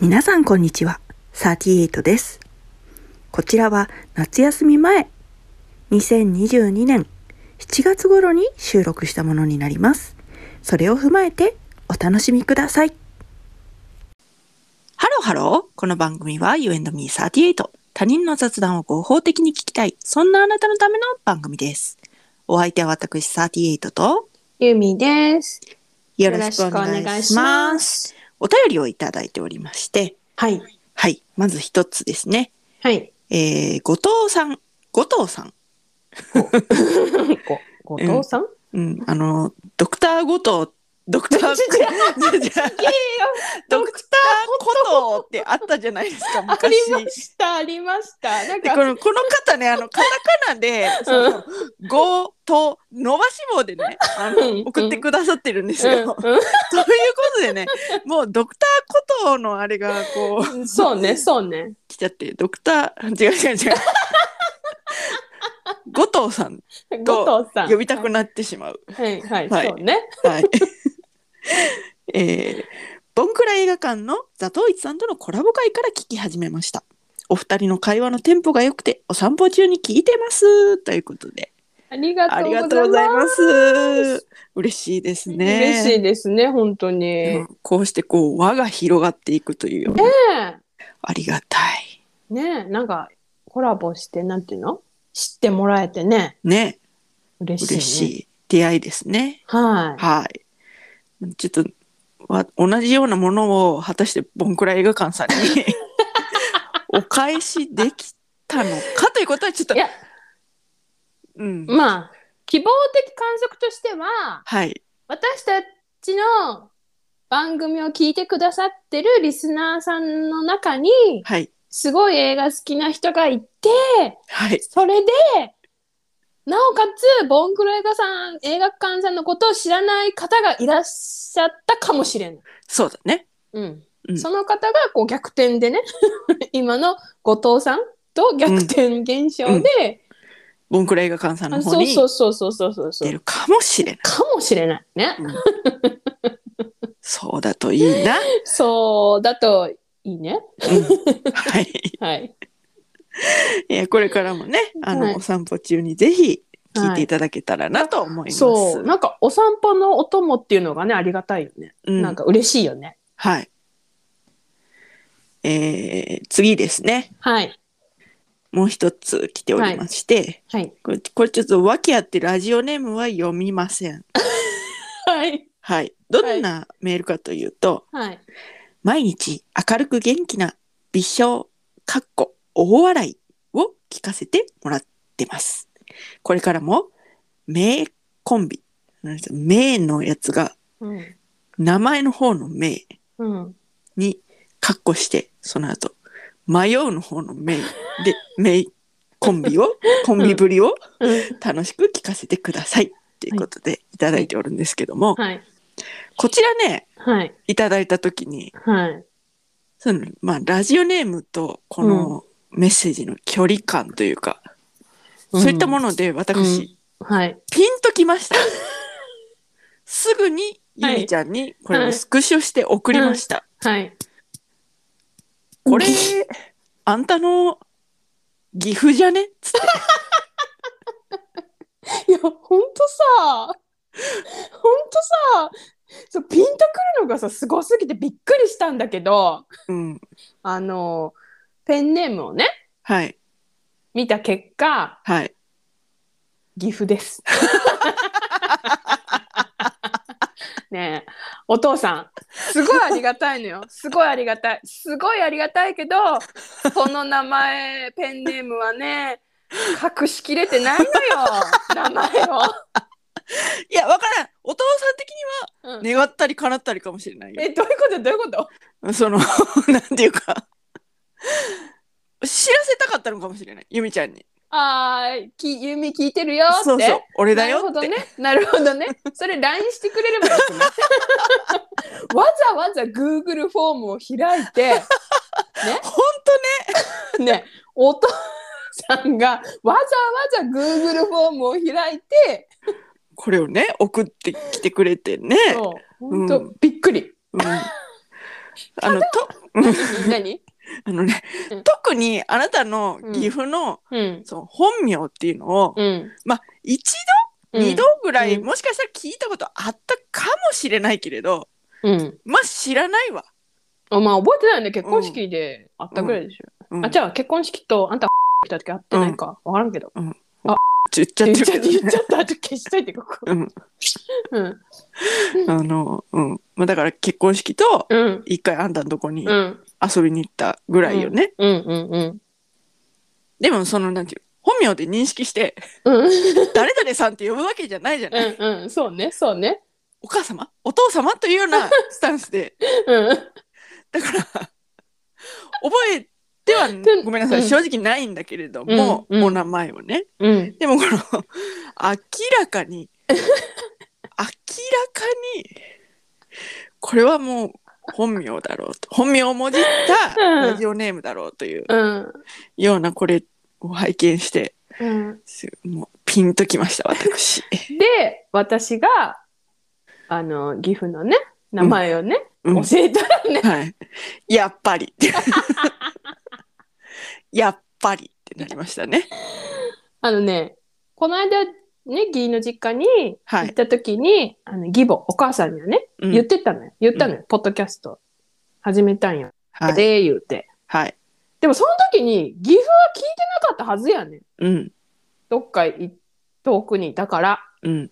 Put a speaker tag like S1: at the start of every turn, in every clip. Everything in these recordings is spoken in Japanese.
S1: 皆さんこんにちは。38です。こちらは夏休み前、2022年7月頃に収録したものになります。それを踏まえてお楽しみください。ハローハロー。この番組は You and me38。他人の雑談を合法的に聞きたい。そんなあなたのための番組です。お相手は私38と
S2: ゆみです。
S1: よろしくお願いします。お便りをいただいておりまして。
S2: はい。
S1: はい。まず一つですね。
S2: はい。
S1: えー、後藤さん。後藤さん。
S2: 後藤さん、
S1: うん、うん、あの、ドクター後藤ドクター、ドクターことってあったじゃないですか、
S2: 昔。 ありました、ありました。なんか
S1: このこの方ね、あ の、カタカナで、その、ごと伸ばし棒でね、あの、送ってくださってるんですよ。ということでね、もうドクターことのあれが、こ
S2: う。そうね、そうね。
S1: 来ちゃって、ドクター、違う違う 違う。後藤さんと呼びたくなってしまう。
S2: はい、はい、そうね。
S1: はい。 えー、ボンクラ映画館のザトウイチさんとのコラボ会から聞き始めました。お二人の会話のテンポが良くて、お散歩中に聞いてますということで。
S2: ありがと
S1: うございます。嬉しいですね。
S2: 嬉しいですね、本当に。
S1: こうしてこう輪が広がっていくというような。
S2: ね
S1: ありがたい。
S2: ねなんかコラボして、なんていうの知ってもらえてね。
S1: ね
S2: 嬉しい、
S1: ね、嬉しい出会いですね。。
S2: はい
S1: はい。ちょっとわ同じようなものを果たしてボンクラ映画館さん にお返しできたのかということはちょっと、
S2: うん、まあ希望的観測としては、
S1: はい、
S2: 私たちの番組を聞いてくださってるリスナーさんの中に、
S1: はい、
S2: すごい映画好きな人がいて、
S1: はい、
S2: それでなおかつ、ボンクロ映画さん、映画館さんのことを知らない方がいらっしゃったかもしれない。
S1: そうだね。
S2: うん。うん、その方が、こう、逆転でね、 今の後藤さんと逆転現象で、うんうん、
S1: ボンクロ映画館さんの方に
S2: そうそうそうそうそう
S1: 出るかもしれない。
S2: かもしれないね。
S1: そうだといいな。
S2: そうだといいね。
S1: はい。
S2: はい
S1: えこれからもね、あの、はい、お散歩中にぜひ聞いていただけたらなと思います。
S2: はい、なんかお散歩のお供っていうのがね、ありがたいよね。うん、なんか嬉しいよね。
S1: はい。えー、次ですね。
S2: はい。
S1: もう一つ来ておりまして、
S2: はい、はい
S1: これ、これちょっと訳あってラジオネームは読みません。
S2: はい。
S1: はい。どんなメールかというと、
S2: はい、
S1: 毎日明るく元気な微笑、かっこ、大笑いを聞かせてもらってます。これからも、名コンビ。名のやつが、
S2: うん、
S1: 名前の方の名に、カッコして、その後、迷うの方の名で、名コンビ を、コンビぶりを楽しく聞かせてください。っていうことでいただいておるんですけども、
S2: はい、
S1: こちらね、
S2: はい、
S1: いただいた時に、
S2: はい、
S1: そのまあ、ラジオネームとこの、うんメッセージの距離感というか、そういったもので私、
S2: はい、
S1: ピンとき ました。すぐにゆみちゃんにこれをスクショして送りました。
S2: はい。。
S1: これ、あんたの岐阜じゃねつって
S2: いや、ほんとさ、ほんとさ、そうピンとくるのがさ、すごすぎてびっくりしたんだけど、
S1: うん、
S2: あの、ペンネームをね、
S1: はい、
S2: 見た結果、
S1: はい、
S2: 岐阜です。 ねお父さんすごいありがたいのよすごいありがたいすごいありがたいけどその名前ペンネームはね隠しきれてないの よ名前を。
S1: いや分からんお父さん的には、うん、願ったり叶ったりかもしれないよ。
S2: えどういうことどういうこと
S1: その なんていうか。知らせたかったのかもしれないゆみちゃんに。
S2: あーきゆみ聞いてるよって
S1: そうそう俺だよって
S2: なるほどねなるほどねそれ LINE してくれればよく ないわざわざ Google フォームを開いてね
S1: ほ
S2: んとねねお父さんがわざわざ Google フォームを開いて
S1: これをね送ってきてくれてね
S2: ほんと、びっくり、
S1: うん、
S2: あ
S1: あの、
S2: で
S1: と、うん
S2: 何
S1: あのね
S2: うん、
S1: 特にあなたの岐阜の、
S2: うん。
S1: その本名っていうのを、
S2: うん。
S1: まあ、一度、二度ぐらい、もしかしたら聞いたことあったかもしれないけれど、
S2: うん。
S1: まあ、知らないわ。
S2: あまあ、覚えてないんで、結婚式であったぐらいでしょ。
S1: うん、
S2: あ、じゃあ、結婚式と、あんた、来た時あってないか。わからんけど。
S1: 言っちゃ
S2: 言
S1: っ
S2: って
S1: る
S2: ちゃ
S1: けど
S2: った、言っちゃった。ちょっと消しといて、ここ。
S1: うん。
S2: うん。
S1: あの、うん。まあ、だから結婚式と、
S2: うん。
S1: 一回あんたのとこに
S2: うん。
S1: 遊びに行ったぐらいよね。
S2: うん。うん。うん。
S1: でも、その、なんていう、本名で認識 して、
S2: うん。
S1: 誰々さんって呼ぶわけじゃないじゃない。
S2: うん。うん。そうね。そうね。
S1: お母様お父様というようなスタンスで。
S2: うん。
S1: だから、覚えては
S2: で、
S1: ごめんなさ
S2: う
S1: い、
S2: ん
S1: 正直ないんだけれども、
S2: うんうん
S1: お名前をね。
S2: うん。
S1: でも、この、明らか に、明らかに、これはもう、本名だろうと。本名をもじった
S2: うん
S1: ラジオネームだろうという
S2: うん。
S1: ようなこれを拝見して、
S2: うん。
S1: すもうピンときました、 私。
S2: で私があの岐阜のね名前をね、
S1: うん
S2: 教えたらね、
S1: はい。やっぱり。 やっぱりってなりましたね。
S2: あのねこの間ね義理の実家に
S1: は
S2: 行
S1: い
S2: った時に、あの義母お母さんにはね
S1: うん
S2: 言ってたのよ、言ったのよ、ポッドキャスト始めたんや、
S1: はい。
S2: で言うて
S1: はい。
S2: でもその時に岐阜は聞いてなかったはずやねん
S1: うん。
S2: どっかい遠くにいたから
S1: うん。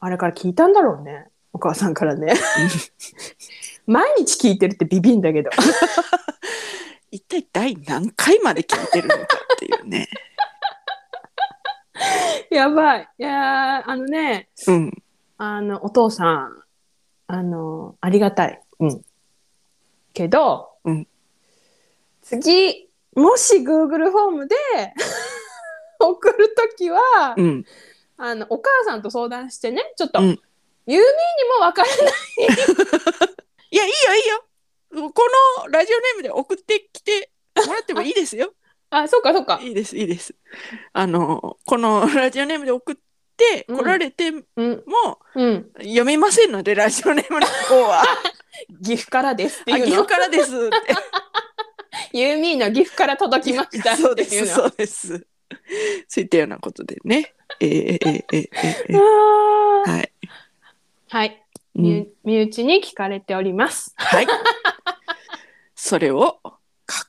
S2: あれから聞いたんだろうねお母さんからね 毎日聞いてるってビビんだけど
S1: 一体第何回まで聞いてるのかっていうね。
S2: やばいいやーあのね
S1: うん。
S2: あの、お父さん、あの、ありがたい。うん。けど、
S1: うん
S2: 次、もし Google フォームで 送るときは、
S1: うん。
S2: あの、お母さんと相談してね、ちょっと、
S1: うん
S2: ユーミーにもわからない。
S1: いや、いいよ、いいよ。このラジオネームで送ってきてもらってもいいです よ。
S2: あ、そうか、そうか。
S1: いいです、いいです。あの、このラジオネームで送って来られても、
S2: うん、うん。
S1: 読みませんので、ラジオネームの方は。
S2: 岐阜からですって
S1: あ、岐
S2: いう
S1: 阜
S2: の。
S1: からですって。
S2: ユーミーの岐阜から届きましたっていうの。
S1: そうです、そうです。そういったようなことでね。えー、えー、えー、えーえー
S2: あー
S1: はい。
S2: はい。
S1: うん
S2: 身身内に聞かれております。
S1: はい。それを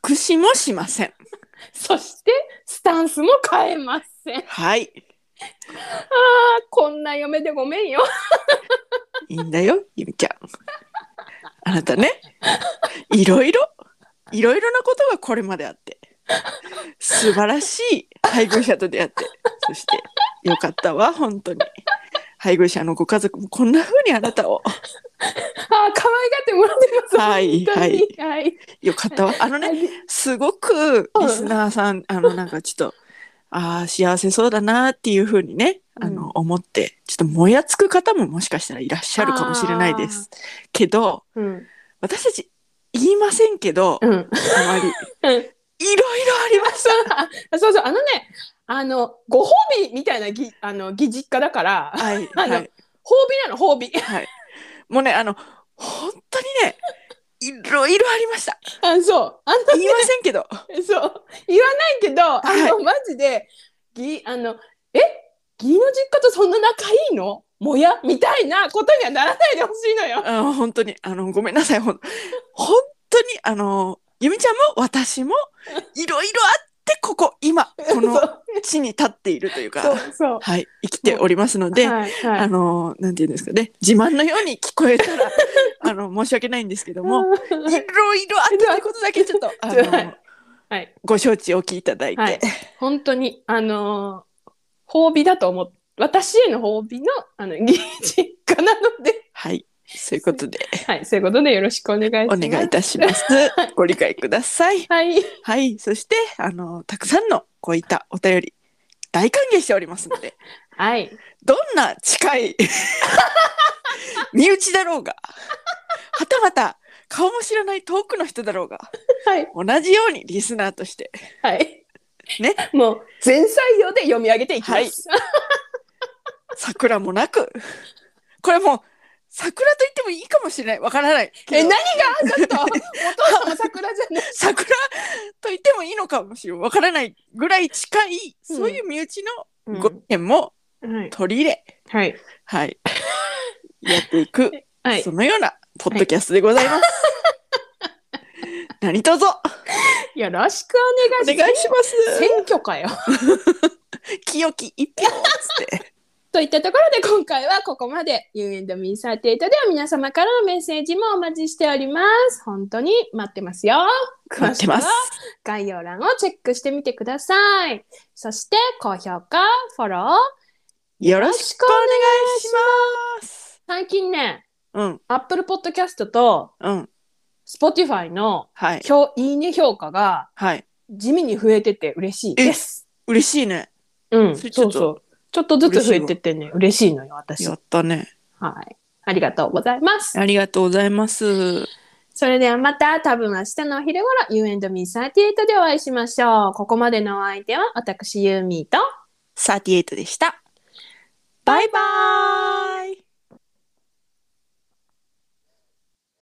S1: 隠しもしません。
S2: そして、スタンスも変えません。
S1: はい。
S2: あーこんな嫁でごめんよ。
S1: いいんだよ、ゆみちゃん。あなたね、いろいろ、いろいろなことがこれまであって、素晴らしい配偶者と出会って、そして、よかったわ、本当に。配偶者のご家族もこんな風にあなたを、
S2: あー可愛がってもらってます。
S1: はい
S2: 本当にはい。
S1: よかったわ。あのね
S2: あ、り
S1: すごくリスナーさん、あのなんかちょっとああ幸せそうだなっていうふうにね、あ
S2: うん
S1: の思ってちょっともやつく方ももしかしたらいらっしゃるかもしれないですけど
S2: うん。
S1: 私たち言いませんけど、
S2: うん。
S1: あまりい
S2: うん
S1: ろいろありまし
S2: あそうそう、あのね、あの、ご褒美みたいなぎ、あの、義実家だから
S1: た。、はい
S2: あの
S1: はい
S2: 褒美なの、褒美。
S1: はい。もうねあの本当にねいろいろありました。
S2: あ、そう、あ
S1: 言いませんけど。
S2: の、そう、言わないけど、あの、マジで、ぎ、あの、え、義の実家とそんな仲いいのもやみたいなことにはならないでほしいのよ。
S1: あの本当にあのごめんなさいほん本当にあのゆみちゃんも私もいろいろあってここ今この地に立っているという
S2: そ
S1: か
S2: う、そう。
S1: はい、生きておりますので、
S2: はい、はい
S1: あのなんていうんですかね自慢のように聞こえたらあの申し訳ないんですけども、いろいろあったということだけ ちょっとあの
S2: はい。
S1: ご承知おきいただいて、
S2: はい本当に、あのー褒美だと思っ私への褒美の、あの、義実家な ので、
S1: はい、そういうことで
S2: はい、そういうことでよろしくお願いし
S1: お
S2: ます。
S1: 願いいたします。ご理解ください。
S2: はい。
S1: はい、そしてあのたくさんのこういったお便り大歓迎しておりますので、
S2: はい。
S1: どんな近い 身内だろうが、はたまた顔も知らない遠くの人だろうが、
S2: はい。
S1: 同じようにリスナーとして、
S2: はい。
S1: ね、
S2: もう、全採用で読み上げていきます。
S1: 桜もなく、これもう桜と言ってもいいかもしれないわからないけど
S2: え、何がち ょっと、お父様桜じゃない。
S1: 桜と言ってもいいのかもしれないわからないぐらい近い、
S2: うん
S1: そういう身内のご意見も
S2: はい。
S1: 取り入れ、
S2: はい。
S1: はい、やっていく、
S2: はい
S1: そ。のようなポッドキャストでございます。何卒
S2: よろしく
S1: お
S2: お願
S1: 願
S2: い
S1: い
S2: します。
S1: します。
S2: 選挙かよ。
S1: 清き一票っつって。
S2: といったところで今回はここまで U&Me38 では皆様からのメッセージもお待ちしております。本当に待ってますよ。
S1: 待ってます
S2: 詳しくは。概要欄をチェックしてみてください。そして高評価、フォロー。
S1: よろしくお願いします。
S2: 最近ね、
S1: うん、
S2: Apple Podcast と
S1: うん、
S2: Spotify の
S1: はい、
S2: 評いいね評価が
S1: はい。
S2: 地味に増えてて嬉しいです。
S1: 嬉しいね。
S2: うん、
S1: それち
S2: そ
S1: ょ
S2: う
S1: っと
S2: そう。ちょっとずつ増えてってね、嬉しいのよ、私。
S1: や
S2: は
S1: ったね。
S2: い。ありがとうございます。
S1: ありがとうございます。
S2: それではまた多分明日のお昼頃 You and me38 でお会いしましょう。ここまでのお相手は私ユーミーと
S1: 38でした。バイバーイ